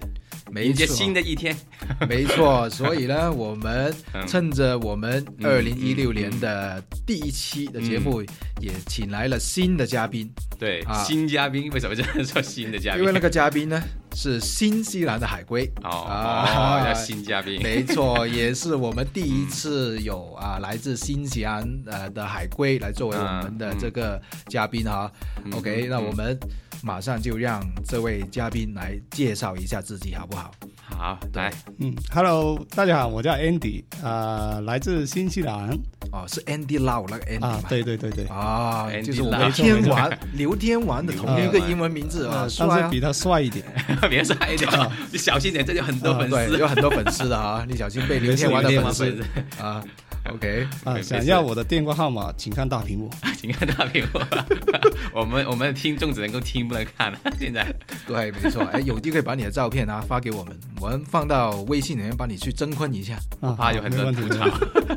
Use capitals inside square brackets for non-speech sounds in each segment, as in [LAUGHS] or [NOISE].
没迎接错，新的一天。没错，所以呢，我们嗯趁着我们嗯二零一六年的第一期的节目，也请来了新的嘉宾，对，啊新嘉宾为什么这样说新的嘉宾？因 [LAUGHS] 为那个嘉宾呢是新西兰的海龟哦啊哦，要新嘉宾。没错，也是我们第一次有啊，来自新西兰呃的海龟来作为我们的这个嘉宾哈。嗯 OK，、嗯那嗯我们马上就让这位嘉宾来介绍一下自己好不好？好，来， [LAUGHS] 嗯，Hello，大家好，我叫 Andy，啊、来自新西兰哦，是 Andy Lau 那个 Andy 啊嘛，？对对对对，啊、啊 Andy 就是我 Lau 们天王刘天王的同一个英文名字啊，帅但啊嗯是！比他 [LAUGHS] 帅一点，别晒一点， [LAUGHS] 你小心点，这里有很多粉啊对，丝。有很多粉丝 [LAUGHS] 的啊，你小心被刘天王的粉丝啊。OK，啊，没想事要我的电话号码，请看大屏幕。 [LAUGHS] 请看大屏幕， [LAUGHS] 我们我们的听众只能够听不能看了。现在对，没错。哎，有机会把你的照片啊发给我们，我们放到微信里面帮你去征婚一下。 [LAUGHS] 啊，怕有很多没问题吐没槽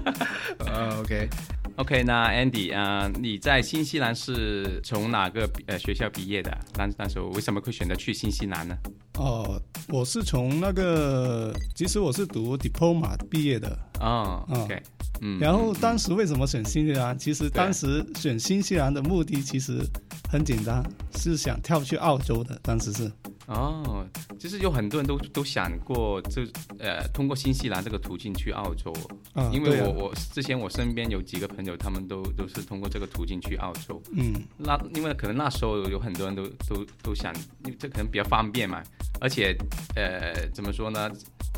问题。呃，OK， [LAUGHS] OK，那 Andy 啊、你在新西兰是从哪个呃学校毕业的？当当时候为什么会选择去新西兰呢？哦，我是从那个，其实我是读 diploma 毕业的，哦、嗯 o k 嗯，然后当时为什么选新西兰？其实当时选新西兰的目的其实很简单，是想跳去澳洲的，当时是。哦，其实有很多人都都想过就呃通过新西兰这个途径去澳洲，啊，因为对啊我、我之前我身边有几个朋友，他们都都是通过这个途径去澳洲。嗯那因为可能那时候有很多人都都都想，因为这可能比较方便嘛，而且呃怎么说呢？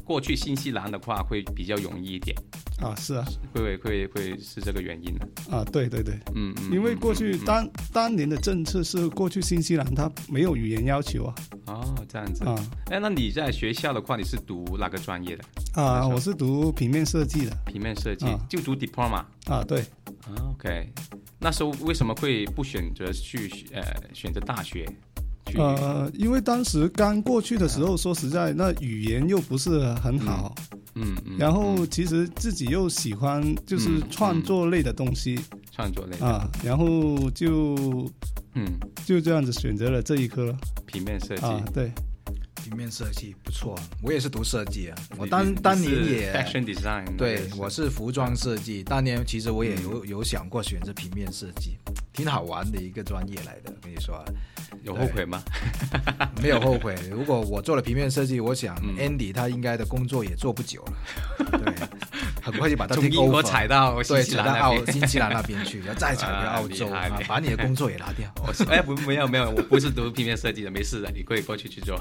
过去新西兰的话会比较容易一点，啊是啊会会会是这个原因的。啊对对对。嗯，嗯因为过去嗯嗯当当年的政策是过去新西兰它没有语言要求啊嗯哦这样子，啊哎，那你在学校的话，你是读哪个专业的？啊！我是读平面设计的平面设计啊，就读 diploma 啊。啊，对 OK，那时候为什么会不选择去呃选择大学？去呃，因为当时刚过去的时候，说实在，那语言又不是很好，嗯嗯，然嗯后其实自己又喜欢就是嗯创作类的东西创作类的，啊，然后就嗯，就这样子选择了这一科了平面设计。啊，对平面设计不错，我也是读设计啊，我你当你当你是年也。 fashion design，对还，是嗯我是服装设计。当年其实我也有有想过选择平面设计，挺好玩的一个专业来的。我跟你 [LAUGHS] 说啊，有后悔吗？没有后悔。如果我做了平面设计，我想嗯 Andy 他应该的工作也做 [LAUGHS] 不久了，对，很快就把他从 take 英国 over 踩到新对，西扯兰到那 [LAUGHS] 澳边。新西兰那边去，然后再扯回澳洲啊厉害啊，把你的工作也拿掉。我是哎不没有没有，我不是读平面设计的，没事的，你可以过去去 [LAUGHS] 做，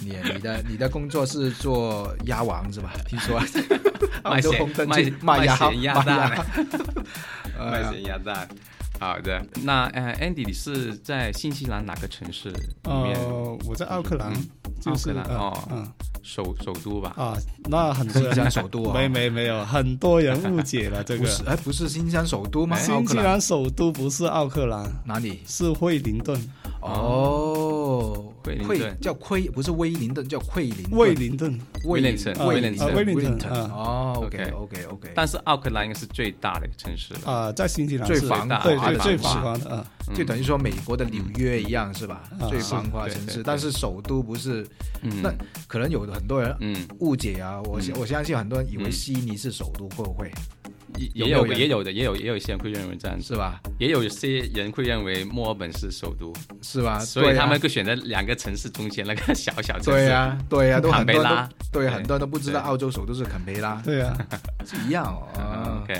你你的你的工作是做鸭王是吧？听说 [LAUGHS] 澳 [LAUGHS] 卖洲咸啊红灯卖区卖鸭咸鸭蛋， [LAUGHS] [LAUGHS] 哎卖呀咸鸭蛋。好的，那呃，Andy，你是在新西兰哪个城市里面？呃，我在奥克兰嗯，就是奥克兰哦啊嗯首首都吧？啊，那很多新人疆首都啊，没没没有，很多人误解了这不个。是哎，不是新疆首都吗？奥新克西兰兰首都不是奥克兰，哪里？是惠灵顿。哦，惠灵惠顿叫惠，不是威灵顿，叫惠灵顿惠灵顿，灵 Wellington，啊惠威灵灵啊顿顿，威威灵顿 Wellington 啊哦 OK ，OK OK OK，但是奥克兰应该是最大的一个城市了。啊，在新西兰最是繁华对的对最城市繁华的啊，就等于说美国的纽约一样是吧啊？最繁华嗯是对城对市，对但是首都不是，嗯那可能有的很多人嗯，误解啊，我相我相信很多人以为嗯悉尼是首都，会不会也也有有没有人也有的，也有也有一些人会认为这样子，是吧？也有一些人会认为墨尔本是首都，是吧？所以对啊他们会选择两个城市中间那个小小城市。对啊呀，对呀，都坎很培多人拉都对对很多人都不知道对澳洲首都是坎培拉，对啊，是一样哦。啊 OK，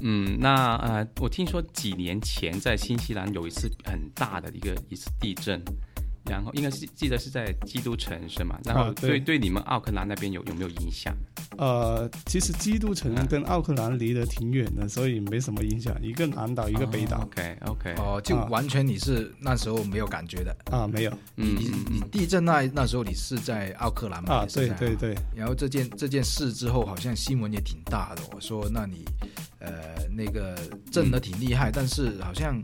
嗯，那呃，我听说几年前在新西兰有一次很大的一个一次地震，然后应该是记得是在基督城是吗？然后对对、对你们奥克兰那边有有没有影响？呃，其实基督城跟奥克兰离得挺远的，所以没什么影响，一个南岛一个北岛 OK OK，哦，就啊完全你是那时候没有感觉的，啊，没有你嗯你你地震那那时候你是在奥克兰吗？啊还，是对在对对，然后这件这件事之后，好像新闻也挺大的、哦，我说那你，呃，那个震的挺厉害，嗯但是好像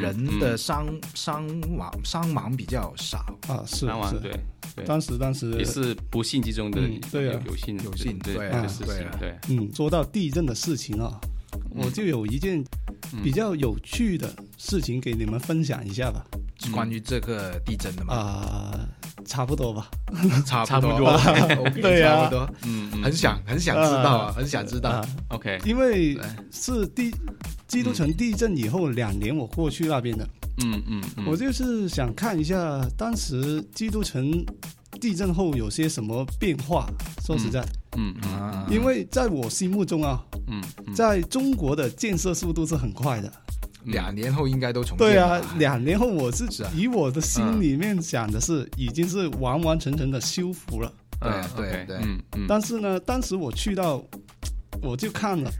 人的伤、伤亡伤亡比较少，啊是三王是，对对，当时当时也是不幸之中的嗯对啊有幸有幸对对这啊个事对情啊对，嗯，说到地震的事情啊，嗯我就有一件比较有趣的事情给你们分享一下吧。嗯关于这个地震的嘛，啊、差不多吧。差啊差不不多 [LAUGHS] OK，对啊差不多，嗯嗯很想很想知道啊，很想知道啊， OK，因为对是地基督城地震以后两年，我过去那边的，嗯嗯嗯，我就是想看一下当时基督城地震后有些什么变化。说实在，嗯嗯啊，因为在我心目中啊，嗯嗯，在中国的建设速度是很快的。两年后应该都重建对了啊吧，两年后我是是啊以我的心里面想的是，已经是完完全全的修复了。对嗯啊对啊 OK，对啊嗯嗯，但是呢，当时我去到，我就看了，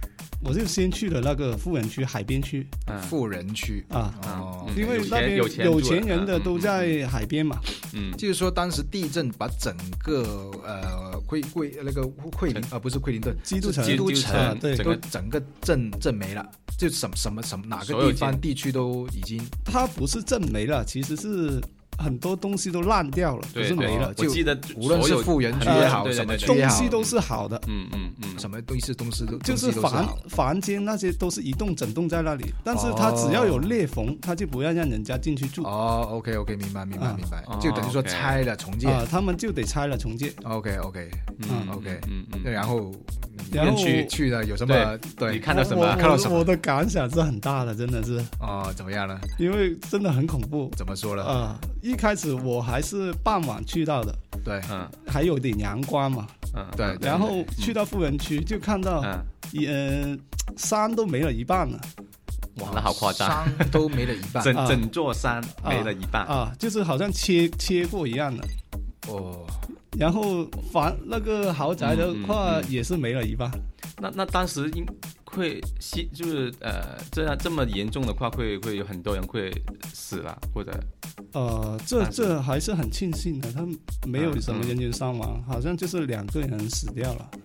我就先去了那个富人区、海边区嗯富人区啊，哦。嗯因为有钱那边有钱有住钱了人的嗯都嗯在海边嘛。嗯就是说，当时地震把整个呃惠惠那个惠灵啊，不是惠灵顿，基督城基督城啊对整都个整个震震没了，就什么什么什么哪所个有地方建地区都已经它不是震没了，其实是很多东西都烂掉了，不对是没对了了，我就记得无论所是有富人区很多也好对对什么对区东也好西都是好的。嗯嗯嗯，什么东西东西都就是东西都房好房间那些都是一栋整栋在那里，但是哦它只要有裂缝，它就不要让人家进去住啊、哦，OK OK，明白明白啊明白哦，就等于说 OK 拆了重建他们就得拆了重建。 ，OK OK，嗯嗯 OK 嗯嗯那然后然后去去了有什么你对看到什么我我看到什么我的感想是很大的，真的是，哦怎么样了？因为真的很恐怖怎么说呃了？啊、一开始我还是傍晚去到的，对嗯还有点阳光嘛，嗯，对嗯然后去到富人区就看到，嗯，嗯、呃，山都没了一半了哇，那好夸张，伤都没了一半 [LAUGHS] 整啊整座山没了一半，啊，就是好像切切过一样的。哦，然后房那个豪宅的话嗯嗯嗯也是没了一半，那那当时应会西就是呃这样这么严重的话，会会有很多人会死了，或者呃，这啊但是这还是很庆幸的，他没有什么嗯嗯人员伤亡，好像就是两个人死掉了。哦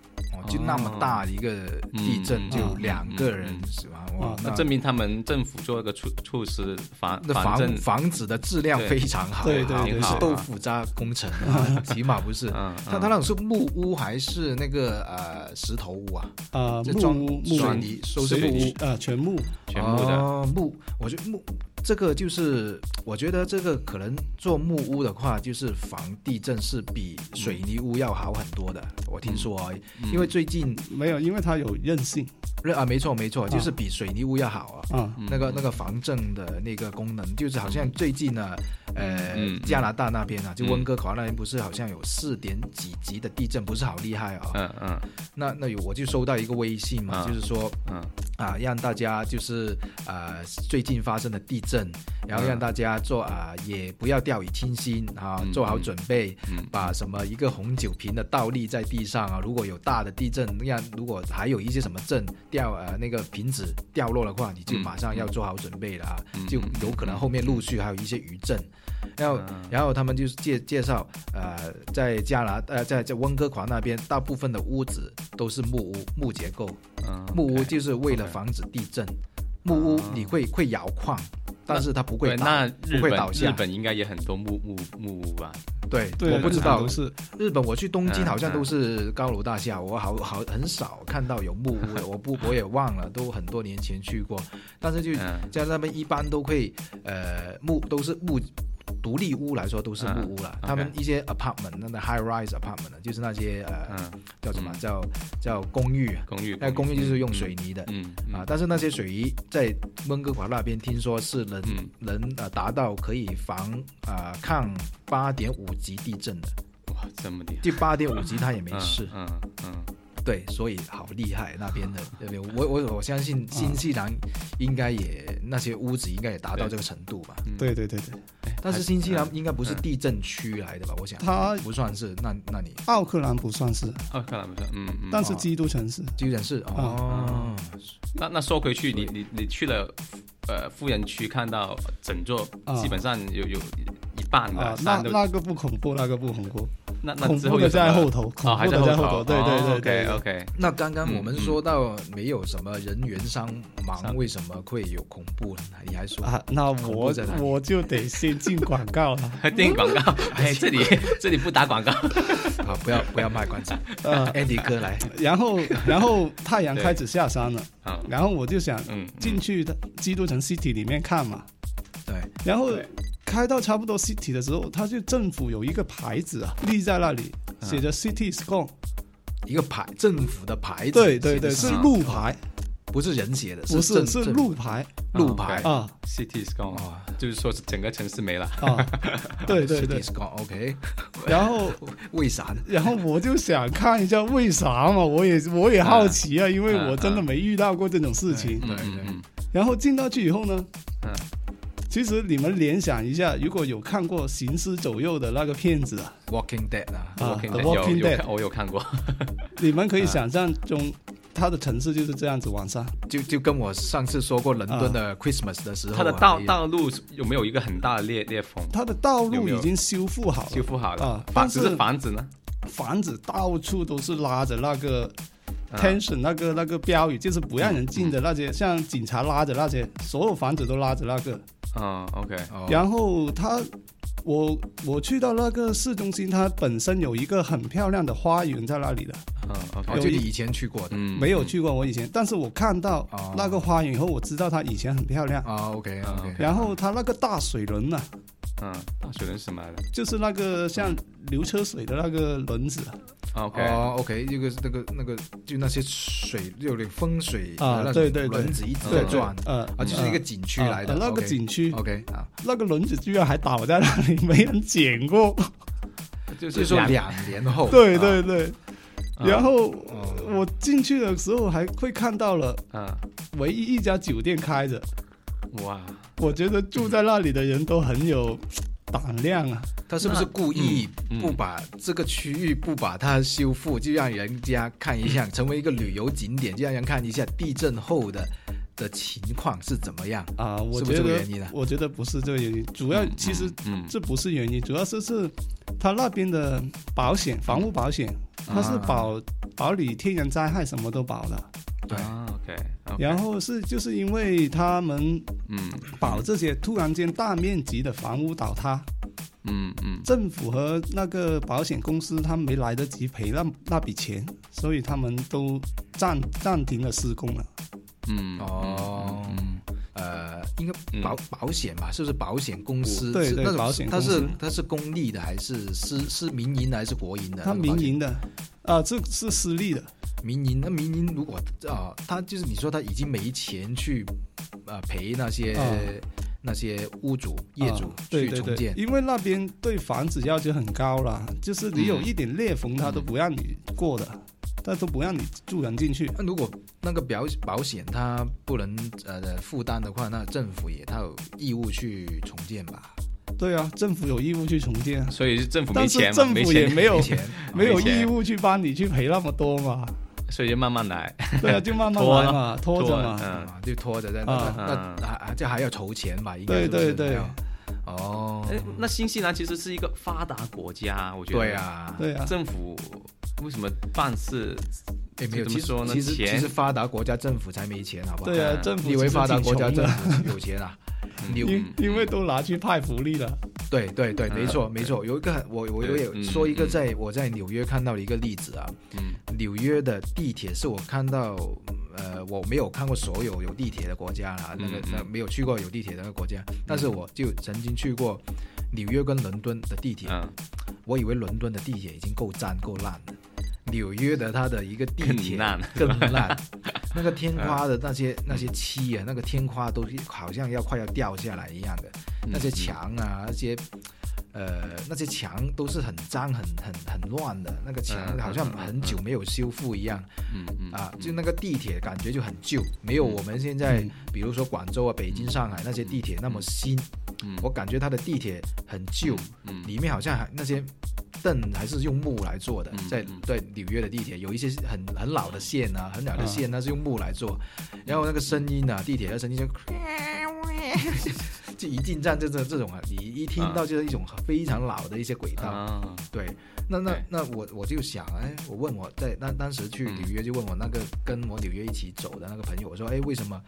就那么大一个地震，嗯就嗯两个人嗯嗯死亡，哇啊，那证明他们政府做一个措措施防那防房震，房子的质量对非常好啊，对对对不是对豆腐渣工程 [LAUGHS] 啊，起码不是。嗯，他他那种是木屋还是那个呃石头屋啊？啊，这木装屋木水屋泥收拾水木泥屋木，啊，全木全部的，哦木，我觉得木这个就是，我觉得这个可能做木屋的话，就是防地震是比水泥屋要好很多的。我听说啊，嗯因为最近没有，因为它有韧性啊，没错没错，啊就是比水泥屋要好啊。啊嗯那个那个防震的那个功能，就是好像最近呢，呃嗯，加拿大那边啊，就嗯温哥华那边不是好像有四点几级的地震，不是好厉害啊、嗯嗯那那有我就收到一个微信嘛，啊就是说嗯啊，让大家就是呃最近发生的地震，然后嗯让大家做啊、也不要掉以轻心啊，嗯做好准备，嗯把什么一个红酒瓶的倒立在地上啊，如果有大的地震，让如果还有一些什么震掉呃那个瓶子掉落的话，你就嗯马上要做好准备了啊，嗯就有可能后面陆续还有一些余震。然后，嗯然后他们就是介介绍，呃，在加拿呃，在在温哥华那边，大部分的屋子都是木屋木结构，嗯，木屋 OK 啊就是为了防止地震。木屋你会会摇晃，但是它不会对，倒，那日不会倒本下。日本应该也很多木木木屋吧？对，对啊，我不知日本道都。是日本我去东京嗯好像嗯都是高楼大厦，我好好很少看到有木 [LAUGHS] 屋的，我不我也忘了，都很多年前去过。但是就嗯在那边一般都会呃木都是木独立屋来说都是木屋了，嗯他们 OK 一些 apartment 那个 high rise apartment 呢就是那些呃、嗯，叫什么嗯叫叫公寓，啊公寓，那公寓就是用水泥的。嗯，嗯啊，，但是那些水泥在温哥华那边，听说是能、嗯能呃达到可以防啊、抗八点五级地震的，嗯哇，这么厉害，就八点五级它也没事，嗯嗯对，所以好厉害那边的那边，我我我相嗯信新西兰应该也、那些屋子应该也达到这个程度吧，嗯，对对对对，哎，但是还新西兰嗯应该不是嗯地震区来的吧？我想它不算是，那那你奥克兰不算是，哦，看来不错，嗯嗯。但是基督城市，基本是哦，那那说回去，你你你去了呃富人区，看到整座啊基本上有有一半啊的，那山都那个不恐怖，那个不恐怖，那那恐之怖后的有什么在后头，恐哦，还怖在的在头，哦头，对对对对 OK OK，那刚刚我们嗯嗯说到没有什么人员伤亡，伤为什么会有恐怖呢？你还说啊，那恐怖我在哪里我就得先进广告了。 [LAUGHS] 电影广 [LAUGHS] 告，哎，这里这里不打广告， [LAUGHS] 啊，不要不要卖关 [LAUGHS] 子呃， ，Andy 哥来，然后然后太阳开始下山了，啊，然后我就想嗯，进去的基督城 City 里面看嘛，对，然后对开到差不多 City 的时候，它就政府有一个牌子啊，立在那里，嗯写着 City is gone，一个牌，政府的牌子，对对对，是是上路牌，哦不是人写的？不是政是政哦路牌路牌啊啊，City is gone，哦就是说是整个城市没了， [LAUGHS] 啊，对对对， ，Discord，OK，然后。为啥呢？然后我就想看一下为啥嘛，我也我也好奇啊，因为我真的没遇到过这种事情。嗯对嗯对嗯然后进到去以后呢，嗯其实你们联想一下，如果有看过《行尸走肉》的那个片子啊， ，Walking Dead 啊，啊，OK， The 有 Walking 有 Dead 看，我有看 [LAUGHS] 过，你们可以想象中，它的城市就是这样子往上。就就跟我上次说过伦敦的 Christmas 的时候啊，它的道哎呀道路有没有一个很大的裂裂缝？它的道有路没有已经修复好修了，复好了啊，房但只是是房子呢？房子到处都是拉着那个啊嗯 tension 那个那个标语，就是不让人进的那些，像警察拉着那些，所有房子都拉着那个。嗯，OK，哦然后它，我我去到那个市中心，它本身有一个很漂亮的花园在那里的，嗯哦， ，OK，就你以前去过的嗯，没有去过我以前，但是我看到哦那个花园以后，我知道它以前很漂亮。啊，OK 啊 OK，然后它那个大水轮呐、嗯，嗯，大水轮是什么来的就是那个像嗯流车水的那个轮子啊啊？OK，哦，OK，这个那个那个，就那些水，有点风水的啊那对种对对轮子一直嗯在对转，呃，啊，就是一个景区来的啊那个景区， ，OK 啊，那个轮子居然还倒在那里，没人捡过。哦就所是以说两两年后，对对对，啊然后哦我进去的时候还会看到了嗯，唯一一家酒店开着，哇，我觉得住在那里的人都很有胆量啊。他是不是故意嗯嗯不把这个区域不把它修复，就让人家看一下，成为一个旅游景点，就让人看一下地震后的的情况是怎么样？啊，我是不觉是这得个原因呢我觉得不是这个原因，主要其实嗯，这不是原因，主要是是他那边的保险，房屋保险，它是保、保你天然灾害什么都保的。对啊，OK，然后是就是因为他们嗯保这些突然间大面积的房屋倒塌，嗯嗯，政府和那个保险公司他们没来得及赔那那笔钱，所以他们都暂暂停了施工了。嗯，哦嗯，呃，应该保保险吧，是不是保险公司？嗯对是对那种保险它公是司它是公立的还是是是民营的还是国营的？他那个保民险营的，啊，这是私立的，民营，那民营如果啊、他就是你说他已经没钱去啊、呃赔那些、嗯那些屋主业主啊对去对重对建，，因为那边对房子要求很高啦，就是你嗯有一点裂缝，他都不让你过的，他都不让你住人进去。那如果那个表保险它不能呃负担的话，那政府也它有义务去重建吧？对啊，政府有义务去重建啊，所以是政府没但是钱嘛，政没府也钱，没有没钱，没有没钱义务去帮你去赔那么 [LAUGHS] 多嘛。 [LAUGHS] 所以就慢慢来，对啊，就慢慢拖来了嘛，拖着嘛。嗯。啊，就拖着在那、啊啊那还这还要筹钱吧？应该对是不是对对还要哦，哎，那新西兰其实是一个发达国家，我觉得。对，啊，对啊，政府为什么办事？哎没有，怎其么实说呢其实钱其实发达国家政府才没钱，好不好？对啊嗯，政府你以为其实发达挺国家穷政嗯的， [LAUGHS] 府有钱啊？牛因因为都拿去派福利了。对对对，没错没错，有一个很我我我对有嗯说一个嗯在我在纽约看到的一个例子啊，嗯纽约的地铁是我看到，呃，我没有看过所有有地铁的国家啦，那个嗯那嗯没有去过有地铁的那个国家，但是我就曾经去过纽约跟伦敦的地铁，嗯，我以为伦敦的地铁已经够脏够烂了，纽约的它的一个地更铁烂嗯更 [LAUGHS] 烂，那个天花的那些那些漆啊，那个天花都好像要快要掉下来一样的，嗯那些墙啊，那些呃那些墙都是很脏、很很很乱的，那个墙嗯好像嗯嗯很久没有修复一样嗯嗯啊，就那个地铁感觉就很旧，没有我们现在比如说广州啊、北京、上海那些地铁那么新，嗯我感觉它的地铁很旧。嗯里面好像还那些凳还是用木来做的，嗯在嗯在纽约的地铁有一些很很老的线啊，很老的嗯线那是用木来做，然后那个声音啊，地铁的声音就 [LAUGHS] 就一进站就这这种啊，你一听嗯到就是一种非常老的一些轨道。啊对，那那对那我我就想，哎，我问我在那当时去嗯纽约就问我那个跟我纽约一起走的那个朋友，我说，哎，为什么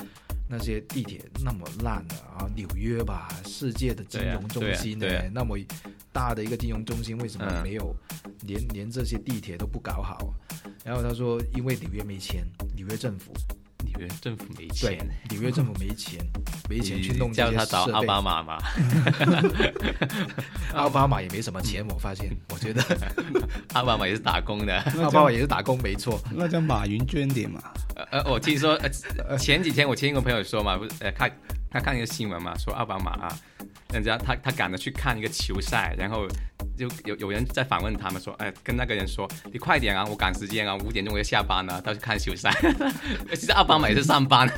那些地铁那么烂呢？啊，纽约吧，世界的金对啊融中对啊心呢、对啊那么大的一个金融中心，为什么嗯没有连连这些地铁都不搞好？然后他说，因为纽约没钱，纽约政府纽约政府没对钱，，纽约政府没钱，没没钱去弄这叫些他找设奥备巴马嘛，奥巴马也没什么钱，我发现，我 [LAUGHS] 觉得奥巴马也是打工的。奥巴马也是打工没错。那叫马云捐点嘛，呃，我听说呃前几天我听一个朋友说嘛，不是呃看他看一个新闻嘛，说奥巴马啊，人家他他赶着去看一个球赛，然后就有有人在访问他们说，哎、跟那个人说，你快点啊，我赶时间啊，五点钟我要下班了、到去看球赛。 [LAUGHS] 其实奥巴马也是上班，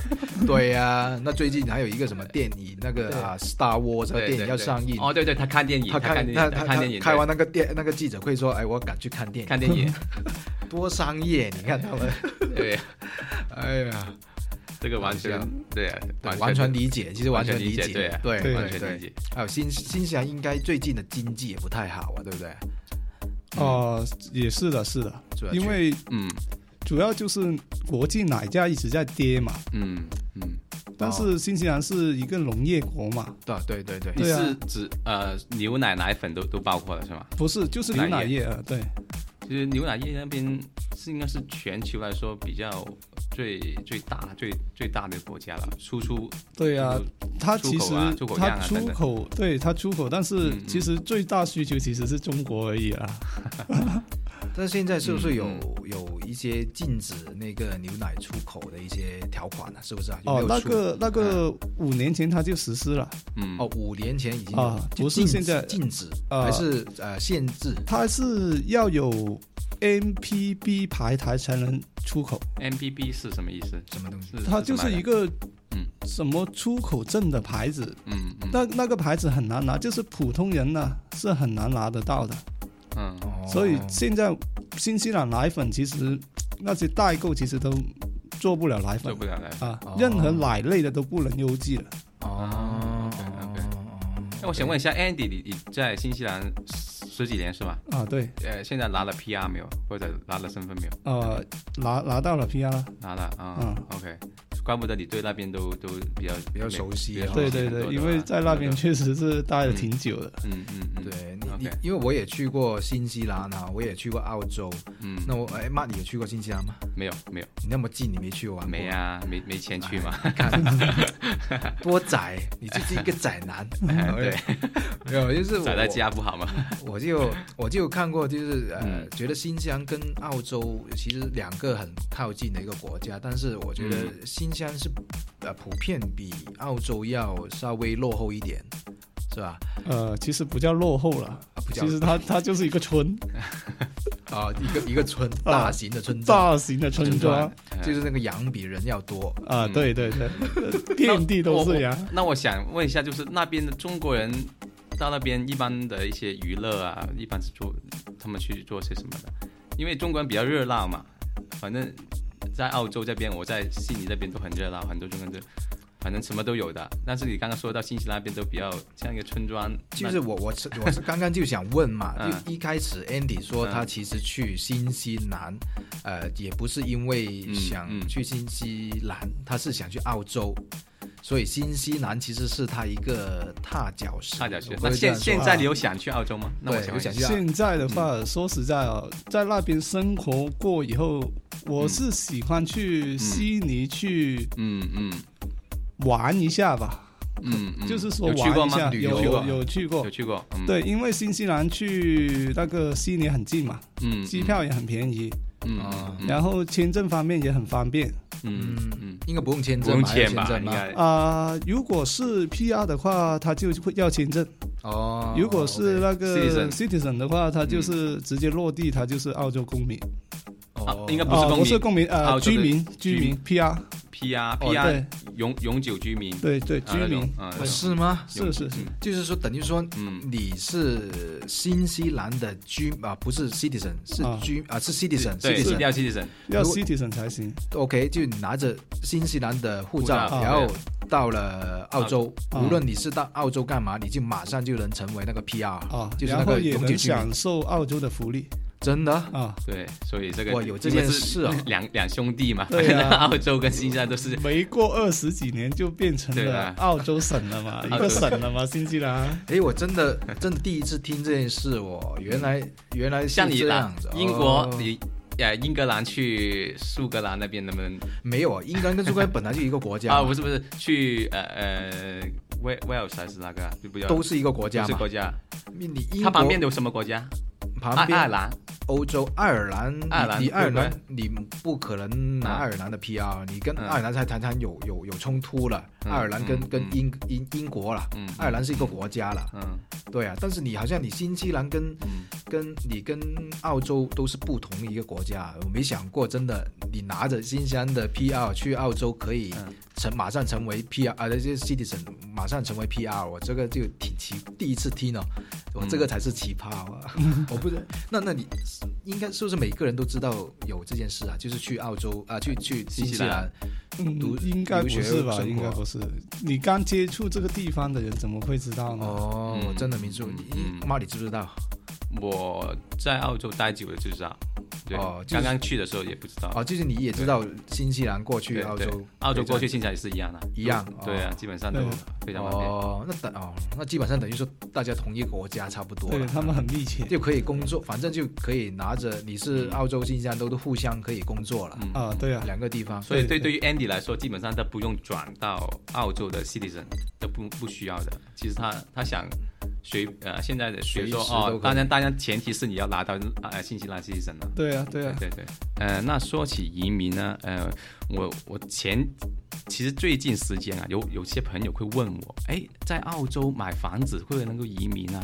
对呀、那最近还有一个什么电影，那个啊《Star Wars》这个对电影要上映，哦，对对，他看电影，他看看电他影，他看他电影，开对完那个电那个记者会说：“哎，我赶去看电影，看电 [LAUGHS] 影，多商业。”你看他 [LAUGHS] 们，对，哎呀，这个完全好笑对，对完完全全理解，其实完全理解，对啊对对完对全理对。解，还有新新西兰应该最近的经济也不太好啊，对不对？哦、也是的，是的，主要因为嗯主要就是国际奶价一直在跌嘛，嗯嗯。但是新西兰是一个农业国嘛，对对对你对，对啊是指呃牛奶奶粉都都包括了是吗？不是就是牛奶业啊，对，其实牛奶业那边是应该是全球来说比较最最大最最大的国家了，输出对啊，它出其实口啊出口量它啊出等等口，对它出口，但是嗯嗯其实最大需求其实是中国而已啊。但是现在是不是有嗯有一些禁止那个牛奶出口的一些条款呢？是不是啊？有没哦有，那出个那个五年前它就实施了，嗯哦，五年前已经有啊就不是禁止现在禁止，啊还是呃限制？它是要有 MPB 牌台才能出口， MPB 是什么意思？什么东西？是它就是一个嗯什么出口证的牌子，嗯嗯那那个牌子很难拿，就是普通人呢、是很难拿得到的。嗯哦所以现在新西兰奶粉其实那些代购其实都做不了奶做粉不了奶粉。啊哦，任何奶类的都不能邮寄了。哦啊，OK，OK 那哎我想问一下 Andy，你你在新西兰十几年是吧？啊，对，呃，现在拿了 PR 没有，或者拿了身份没有？呃，拿拿到了 PR 了，拿了啊嗯，OK，怪不得你对那边都都比较比较熟悉比较熟悉啊对对对很多对，的因为吧在那边对确实是待了挺久的。嗯嗯嗯，对你你 OK 因为我也去过新西兰啊，我也去过澳洲。嗯，那我哎妈，你有去过新西兰吗？没有没有你那么近，你没去过玩过没？啊，没没钱去哎嘛。 [LAUGHS] 多宅，你就是一个宅男。哎对， [LAUGHS] 没有，就是我宅在家不好吗？我就我就看过，就是呃，嗯觉得新西兰跟澳洲其实两个很靠近的一个国家，但是我觉得新西兰是呃普遍比澳洲要稍微落后一点，是吧？呃，其实不叫落后了啊不，叫其实它它就是一个村，啊、一个一个村，大型的村庄，大型的村庄就是那个羊比人要多。啊，嗯对对对，遍地都是羊。那我想问一下，就是那边的中国人到那边一般的一些娱乐啊，一般是做他们去做些什么的？因为中国人比较热闹嘛，反正在澳洲这边，我在悉尼这边都很热闹，很多中国人都。反正什么都有的，但是你刚刚说到新西兰那边都比较像一个村庄，就那，是我我是我是刚刚就想问嘛嗯就一开始 Andy 说嗯他其实去新西兰，呃，也不是因为嗯想嗯去新西兰，他是想去澳洲，所以新西兰其实是它一个踏脚石。差点去我。会那这现样说现啊在你有想去澳洲吗？那我对想有问想一去下啊现在的话，说实在哦，在那边生活过以后，我是喜欢去悉尼去嗯嗯玩一下吧，嗯，嗯就是说有去过玩一吗？下，旅有游啊有有去过有，去过，嗯，对，因为新西兰去那个悉尼很近嘛，嗯，嗯，机票也很便宜，嗯，啊嗯然后签证方面也很方便。嗯嗯嗯，啊应该不用签不证用吧？要签吧，签证应吗该，啊、如果是 PR 的话，他就会要签证；哦，如果是 OK 那个 Citizen 嗯 citizen 的话，他就是直接落地，他就是澳洲公民。哦啊，应该不是啊公民不是公民，呃，澳洲的居民，居居民民 PR， PR 哦 PR 永永久居民，对对，居啊那种民，啊那哦种是吗？是是是，就是说，等于说嗯你是新西兰的居啊，不是 citizen，是啊居啊，是对，一定 citizen，citizen。要 citizen，要如果 citizen 才行。 OK，就你拿着新西兰的护照，护照然后到了澳洲，啊无论你是到澳洲干嘛，你就马上就能成为那个 PR，、啊，就是那然后个也永久能居民。享受澳洲的福利真的？啊，对，所以这个哇有这你们件是事啊 [LAUGHS] 两两兄弟嘛，对 [LAUGHS] 啊澳洲跟新西兰都是没过二十几年就变成对了啊澳洲省了啊嘛，一澳洲个省了嘛，新西兰。哎，我真的真的第一次听这件事哦，原来原来是像你这啦样子。，英国哦你呃英格兰去苏格兰那边能不能没有啊？英格兰跟苏格兰本来就一个国家 [LAUGHS] 啊？嘛，不是不是去呃呃 w a l e 还是那个啊？对不对？都是一个都国家是嘛国。家，你英它国旁边啊有什么国家？旁爱爱尔边兰欧洲爱尔兰，你爱尔兰你爱尔对兰你不可能拿嗯爱尔兰的 PR，你跟嗯爱尔兰才谈谈有有有冲突了，嗯爱尔兰跟嗯跟嗯英英英国了嗯，爱尔兰是一个国家了，嗯对啊，但是你好像你新西兰跟嗯，跟你跟澳洲都是不同一个国家，我没想过真的你拿着新西兰的 PR 去澳洲可以嗯成马上成为 PR 啊，这些 citizen 马上成为 PR，我这个就挺奇，第一次听哦，嗯我这个才是奇葩 [LAUGHS] 哦，我不知那那你应该是不是每个人都知道有这件事啊？就是去澳洲啊，去去新西兰，嗯读，应该不留学是吧？生活应该不是。你刚接触这个地方的人怎么会知道呢？哦，嗯我真的没注意嗯，嗯妈你知不知道？我在澳洲待久了就知道，对哦，就是刚刚去的时候也不知道。哦，就是你也知道新西兰过去啊对澳对洲，澳洲过去新西兰也是一样的，一样都对啊，基本上都对非常方便。哦，那等哦，那基本上等于说大家同一个国家差不多对了，他们很密切就可以工作，反正就可以拿着你是澳洲、新西兰都都互相可以工作了，嗯啊，对啊，两个地方。所以对对对于 Andy 来说，基本上他不用转到澳洲的 citizen 都不不需要的。其实他他想随呃现在的随学时说哦都可以，当然当然前提是你要拿到呃新西兰 citizen 了。对啊，对啊，对对，呃，那说起移民呢，呃，我我前其实最近时间啊，有有些朋友会问我，哎，在澳洲买房子会不会能够移民啊？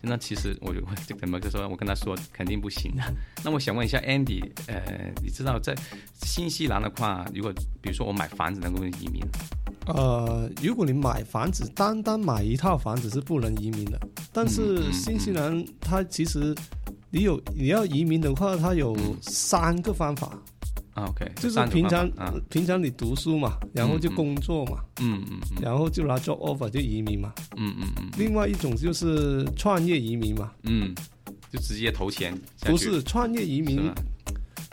那其实我就 [LAUGHS] 我就怎么就说，我跟他说肯定不行的、啊 [LAUGHS] 那我想问一下 Andy，呃，你知道在新西兰的话，如果比如说我买房子能够移民，呃，如果你买房子，单单买一套房子是不能移民的。但嗯嗯是嗯新西兰它其实，你有你要移民的话，它有嗯三个方法，啊，OK，就是三种平方常法啊，平常你读书嘛，然后就工作嘛，嗯嗯嗯然后就拿 job offer 就移民嘛。嗯嗯嗯另外一种就是创业移民嘛，嗯，就直接投钱下去，不是创业移是啊民吧，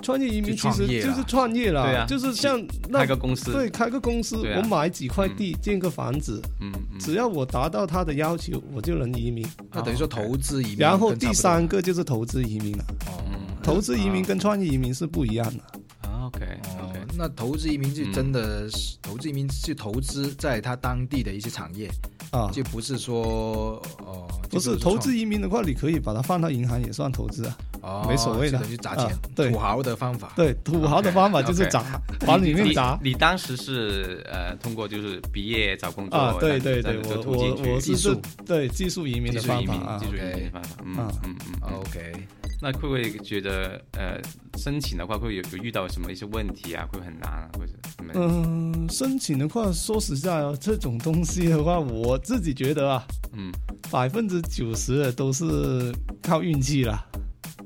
创业移就民其创实业就啦是创业啦，对啊就是像那开个公司，对开个公司，对啊我买几块地建个房子，嗯嗯，只要我达到他的要求，我就能移民。那等于说投资移民，然后第三，个就是投资移民了，嗯哦投资移民跟创业移民是不一样的。啊，OK 哦 OK，，嗯那投资移民就真的是投资移民是投资在他当地的一些产业，啊，就不是说哦，就不是投资创移民的话，你可以把它放到银行也算投资啊。哦，没所谓的就等于砸钱啊，对土豪的方法，对，土豪的方法 [LAUGHS] 就是砸，往里面砸。你你当时是呃通过就是毕业找工作啊，对对这对，样子我这样子的途径我去我是技术这对技术移民技的术方移法民啊技，术移民 OK 的方法，嗯啊嗯嗯嗯。 ，OK，那会不会觉得呃申请的话会有有遇到什么一些问题啊？会很难啊，或者什么？嗯，申请的话，说实在哦，这种东西的话，我自己觉得啊，嗯，百分之九十的都是靠运气啦。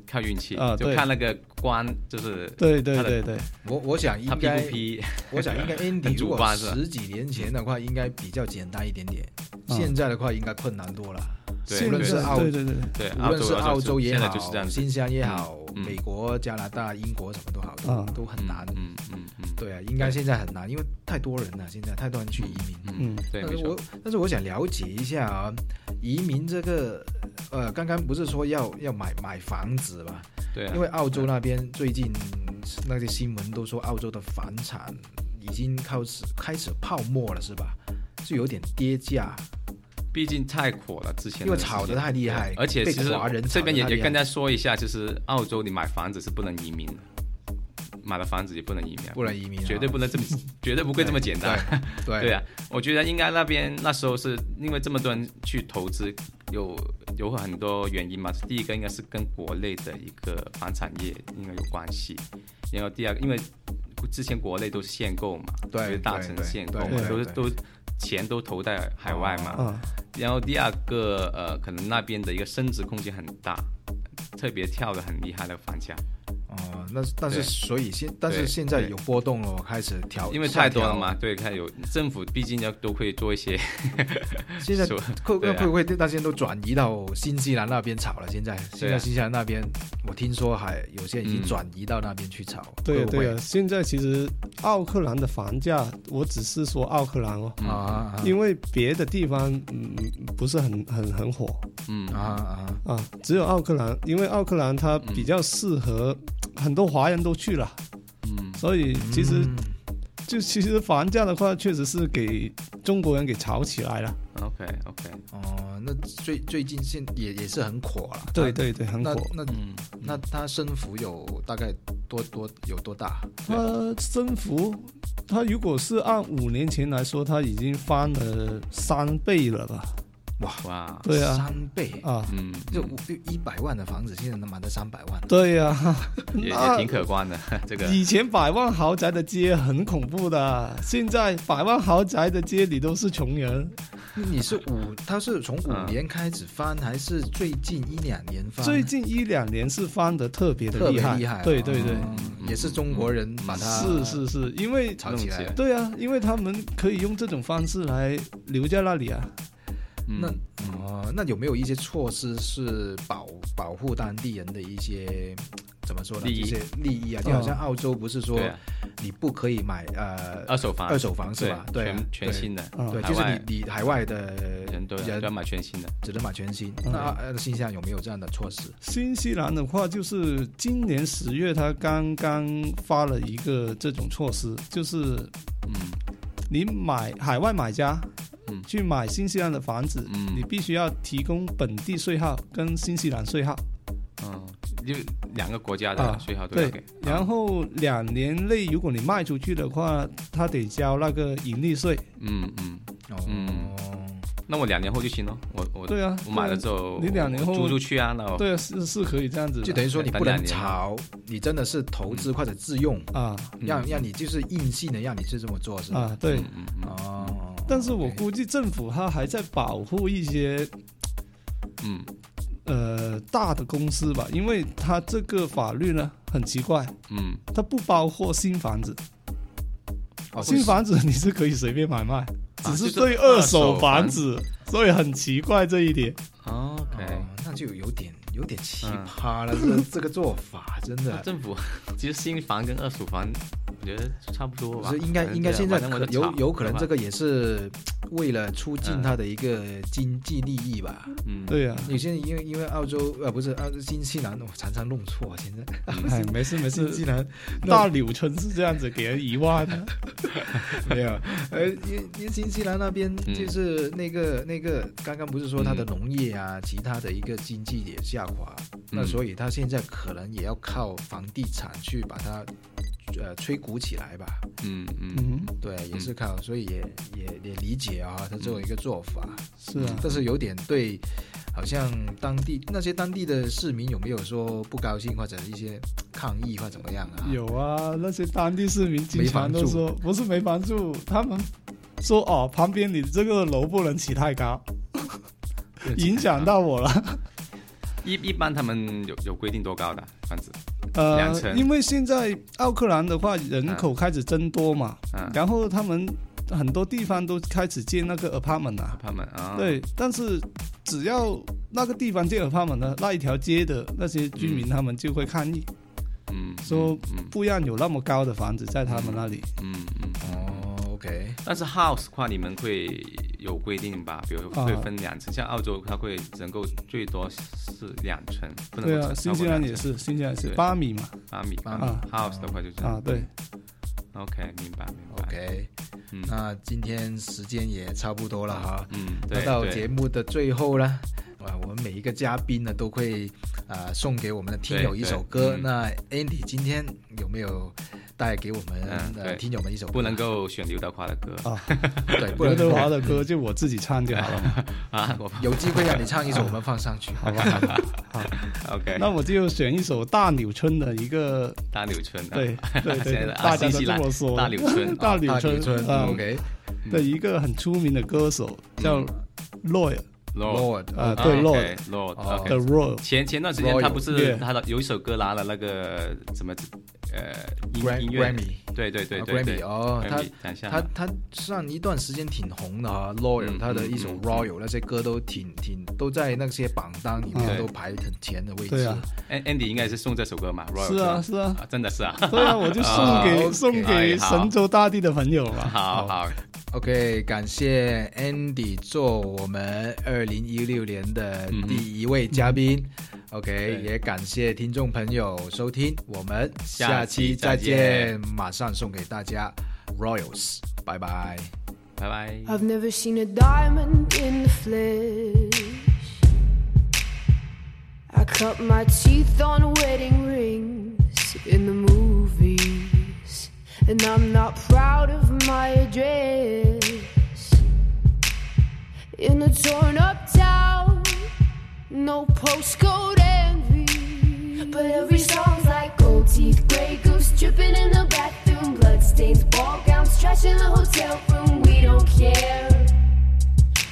靠运气啊，就对看那个官就是对对他的对对，我我想应他批该不批？我想应该 Andy [LAUGHS] 很如主果观是吧十几年前的话，应该比较简单一点点。嗯现在的话应该困难多了。对现无论在是澳对对对，对，无论是澳洲也现在好就是这样，子，新西兰也好，嗯美国、加拿大、英国什么都好，嗯都都很难。嗯嗯嗯，嗯对啊，应该现在很难，因为太多人了，现在太多人去移民。嗯对，但没是错我，但是我想了解一下啊，移民这个，呃，刚刚不是说要要买买房子嘛？对啊，因为澳洲那边最近那些新闻都说澳洲的房产已经开始开始泡沫了，是吧？就有点跌价，毕竟太火了，之前因为那个炒事得情太厉害，而且哎被其实华人这边也炒得太厉也害跟大家说一下，就是澳洲你买房子是不能移民的，买了房子也不能移民啊，不能移民啊，绝对不能 [LAUGHS] 这么，绝对不会这么简单。对对啊，我觉得应该那边那时候是因为这么多人去投资，有有很多原因嘛。第一个应该是跟国内的一个房产业应该有关系，然后第二个因为之前国内都是限购嘛，对就是大城对对限购嘛，对对都是对都钱都投在海外嘛。啊，然后第二个呃，可能那边的一个升值空间很大，特别跳的很厉害的房价，哦，那但是对所以现但是对现在对有波动了，开始调，因为哦下太多调了嘛。对，看有政府毕竟要都会做一些，[LAUGHS] 现在是吧会对啊会不会大家都转移到新西兰那边炒了？现在现啊在新西兰那边，我听说还有些已经嗯转移到那边去炒，对会呀不对会呀，现在其实奥克兰的房价，我只是说奥克兰哦，嗯啊啊因为别的地方嗯不是很很很火嗯啊啊啊，只有奥克兰，因为奥克兰它比较适合，很多华人都去了，嗯所以嗯其实就其实房价的话，确实是给中国人给炒起来了。 ，OK OK，哦，那最最近现也也是很火了，对对对，很那火。啊那嗯，那它升幅有大概多多有多大？它增幅，它如果是按五年前来说，它已经翻了三倍了吧？哇，对啊，三倍，啊，嗯，就五一百万的房子，现在能买到三百万，对啊，也也 [LAUGHS] 那挺可观的 [LAUGHS] 这个，以前百万豪宅的街很恐怖的，现在百万豪宅的街里都是穷人。你是五，它是从嗯五年开始翻，还是最近一两年翻？啊最近一两年是翻得特别特的别厉害，厉害，对对对，哦嗯也是中国人把它是是是，因为炒起来弄起。对啊，因为他们可以用这种方式来留在那里啊。嗯那哦，那有没有一些措施是保保护当地人的一些怎么说呢？利益一些利益啊，就好像澳洲不是说对啊，你不可以买呃二手房，二手房是吧？对，对啊，全全新的，啊对，对，海就是外你你海外的人啊都要都要买全新的，只能买全新。嗯那呃新西兰有没有这样的措施？新西兰的话，就是今年十月，他刚刚发了一个这种措施，就是嗯你买海外买家，嗯去买新西兰的房子，嗯你必须要提供本地税号跟新西兰税号，嗯，就两个国家啊的税号都要对给，然后两年内如果你卖出去的话，他得交那个盈利税。嗯嗯，哦，嗯那我两年后就行了，我我对啊，我买了对之后，你两年后租出去啊，那啊，我对啊，是是可以这样子的，就等于说你不等两能年啊炒，你真的是投资或者自用，啊嗯让让你就是硬性的让你去这么做是吧？啊对。嗯嗯嗯哦，但是我 OK 估计政府它还在保护一些嗯呃大的公司吧，因为它这个法律呢很奇怪，嗯，它不包括新房子，哦新房子你是可以随便买卖，只就是是对二手房子，所以很奇怪这一点。哦，OK 哦。，那就有点有点奇葩了，嗯这这个做法 [LAUGHS] 真那的，政府其实新房跟二手房，我觉得差不多吧是。应该反正应该这现样在反正我可就有炒有可能对吧这个也是为了促进它的一个经济利益吧。嗯对啊呀、有些人因为因为澳洲呃不是澳新西兰，我常常弄错，啊现 [LAUGHS] 在哎，没事没新西事，兰大柳村是这样子给人遗忘的。没有，呃，因因为新西兰那边嗯就是那个、那个，刚刚不是说它的农业啊，其他的一个经济也下滑，嗯那所以它现在可能也要靠房地产去把它呃吹鼓起来吧。嗯嗯，嗯，对，也是靠，所以也也也理解啊，他这种一个做法，嗯是啊，但是有点对，好像当地那些当地的市民有没有说不高兴或者一些抗议或怎么样啊？有啊，那些当地市民经常都没说，不是没房住，他们说哦，旁边你这个楼不能起太高，影响到我了。一一般他们有有规定多高的房子？两呃，层因为现在奥克兰的话人口开始增多嘛，嗯然后他们很多地方都开始建那个 apartment 啊，他们啊，对，但是只要那个地方建 apartment 呢，那一条街的那些居民他们就会抗议，嗯，说嗯不让有那么高的房子在他们那里。嗯嗯，哦，OK，但是 house 的话，你们会有规定吧？比如啊会分两层，像澳洲它会能够最多是两层，不能对够啊，超新过西兰也两层是，新西兰也是对八米嘛，八米八米米 house 的话就是啊，对， OK，明白明白 OK，嗯那今天时间也差不多了哈。嗯，那对到对节目的最后呢，啊，我们每一个嘉宾呢都会啊、呃送给我们的听友对一首对歌。嗯那 Andy 今天有没有带给我们、嗯呃对听友们一首歌？不能够选刘德华的歌 [LAUGHS] 啊，对，不刘能德华够的歌就我自己唱就好了嘛，啊，我有机会让你唱一首，我们放上 [LAUGHS] 去。好吧？ OK，那我就选一首大纽村的一个， [LAUGHS] 大柳村啊， [LAUGHS] 对对现在对，的大啊家新都西这兰么说，大柳村 [LAUGHS] 大啊柳大村女村啊，OK，嗯的一个很出名的歌手叫 Roy Lord Lord，啊，啊对嗯 OK， Roy Lord 哦 OK The。Roy，前前段时间 Royal 他不是 Yeah 他的有一首歌拿了那个什么呃音 Gram- 音乐 Grammy 对对对啊对对，Grammy 哦，他 Grammy，等一下他他上一段时间挺红的哈，Royal 嗯他的一首嗯嗯 Royal 那些歌都挺挺都在那些榜单里面嗯都排很前的位置对。啊， An- Andy 应该是送这首歌嘛，Royal 是啊是是啊吧，啊真的是啊， [LAUGHS] 对啊，我就送啊给，OK 送给神州大地的朋友嘛。哎好好 OK，感谢 Andy 做我们二零一六年的第一位嘉宾。OK，对也感谢听众朋友收听，我们下下期期再再见见。马上送给大家 Royals，拜拜。拜拜。 I've never seen a diamond in the flesh. I cut my teeth on wedding rings in the movies, and I'm not proud of my address. In a torn up town, no postcode envy. But every song's like gold teeth, gray goose dripping in the bathroom, bloodstains, ball gowns, trash in the hotel room. We don't care.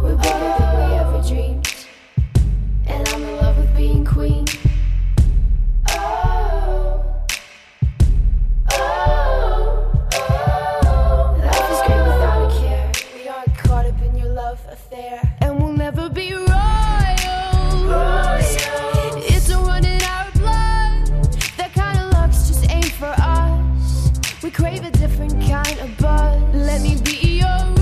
We're better than we ever dreamed, and I'm in love with being queen. Oh, oh, oh. Life is great without a care. We aren't caught up in your love affair, and we'll never be royals. Royals. It's a run in our blood. That kind of luck's just ain't for us. We crave a different kind of buzz. Let me be your